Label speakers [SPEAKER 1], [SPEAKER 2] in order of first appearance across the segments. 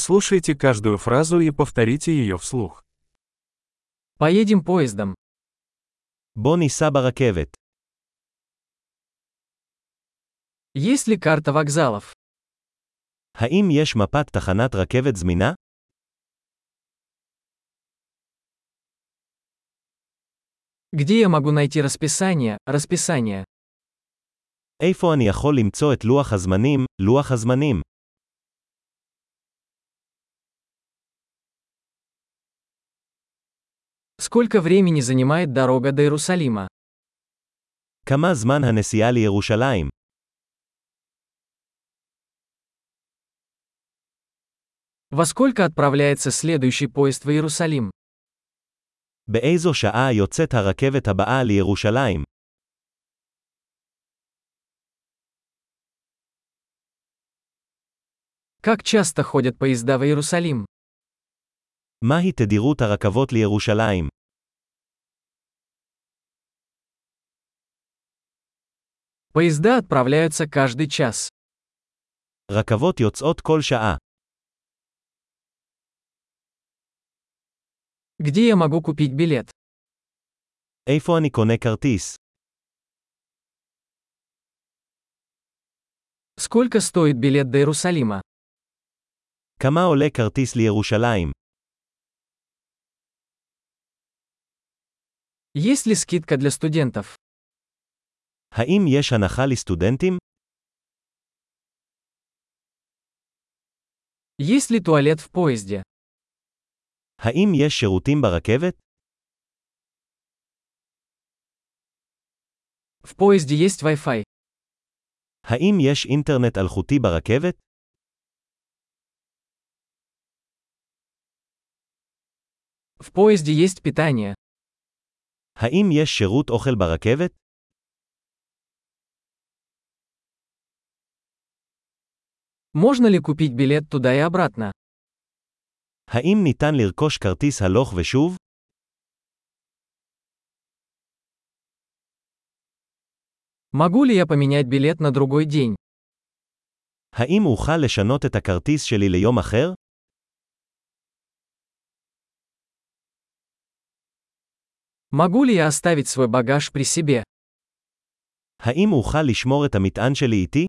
[SPEAKER 1] Прослушайте каждую фразу и повторите ее вслух.
[SPEAKER 2] Поедем поездом.
[SPEAKER 3] בוא ניסע ברכבת.
[SPEAKER 2] Есть ли карта вокзалов?
[SPEAKER 3] האם יש מפת תחנת רכבת זמינה?
[SPEAKER 2] Где я могу найти расписание, расписание?
[SPEAKER 3] איפה אני יכול למצוא את לוח הזמנים, לוח הזמנים?
[SPEAKER 2] Сколько времени занимает дорога до Иерусалима?
[SPEAKER 3] כמה זמן הנסיעה לירושלים?
[SPEAKER 2] Во сколько отправляется следующий поезд в Иерусалим?
[SPEAKER 3] באיזו שעה יוצאת הרכבת הבאה לירושלים?
[SPEAKER 2] Как часто ходят поезда в Иерусалим?
[SPEAKER 3] מהי תדירות הרכבות לירושלים?
[SPEAKER 2] Поезда отправляются каждый час.
[SPEAKER 3] רכבות יוצאות כל שעה.
[SPEAKER 2] Где я могу купить билет?
[SPEAKER 3] איפה אני קונה כרטיס?
[SPEAKER 2] Сколько стоит билет до Иерусалима?
[SPEAKER 3] כמה עולה כרטיס לירושלים?
[SPEAKER 2] Есть ли скидка для студентов?
[SPEAKER 3] האם יש הנחה לסטודנטים?
[SPEAKER 2] Есть ли туалет в поезде?
[SPEAKER 3] האם יש שירותים ברכבת?
[SPEAKER 2] В поезде есть Wi-Fi.
[SPEAKER 3] האם יש אינטרנט אלחוטי ברכבת?
[SPEAKER 2] В поезде есть питание.
[SPEAKER 3] האם יש שירות אוכל ברכבת?
[SPEAKER 2] Можно ли купить билет туда и обратно?
[SPEAKER 3] האם ניתן לרכוש כרטיס הלוך ושוב?
[SPEAKER 2] Могу ли я поменять билет на другой день?
[SPEAKER 3] האם אוכל לשנות את הכרטיס שלי ליום אחר?
[SPEAKER 2] Могу ли я оставить свой багаж при себе?
[SPEAKER 3] האם אוכל לשמור את המטען שלי איתי?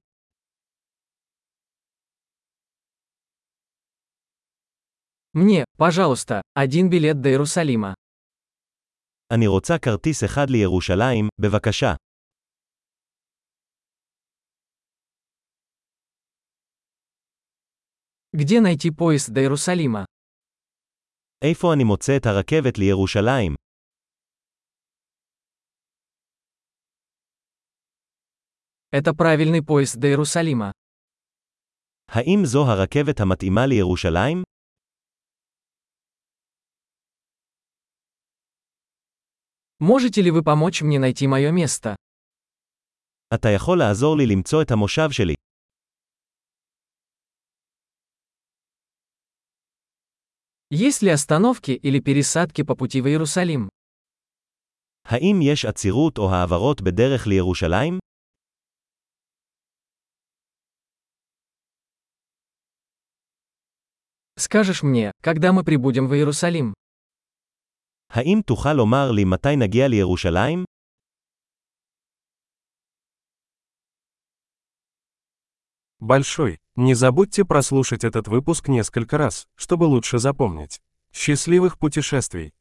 [SPEAKER 2] Мне, пожалуйста, один билет до Иерусалима.
[SPEAKER 3] אני רוצה כרטיס אחד לירושלים, בבקשה.
[SPEAKER 2] Где найти поезд до Иерусалима?
[SPEAKER 3] איפה אני מוצא את הרכבת לירושלים?
[SPEAKER 2] Это правильный поезд до Иерусалима.
[SPEAKER 3] האם זו הרכבת המתאימה לירושלים?
[SPEAKER 2] Можете ли вы помочь мне найти мое место?
[SPEAKER 3] אתה יכול לעזור לי למצוא את המושב שלי.
[SPEAKER 2] Есть ли остановки или пересадки по пути в Иерусалим?
[SPEAKER 3] האם יש עצירות או העברות בדרך לירושלים?
[SPEAKER 2] Скажешь мне, когда мы прибудем в Иерусалим?
[SPEAKER 3] האם תוכל לומר לי מתי נגיע לירושלים?
[SPEAKER 1] Большой. Не забудьте прослушать этот выпуск несколько раз, чтобы лучше запомнить. Счастливых путешествий!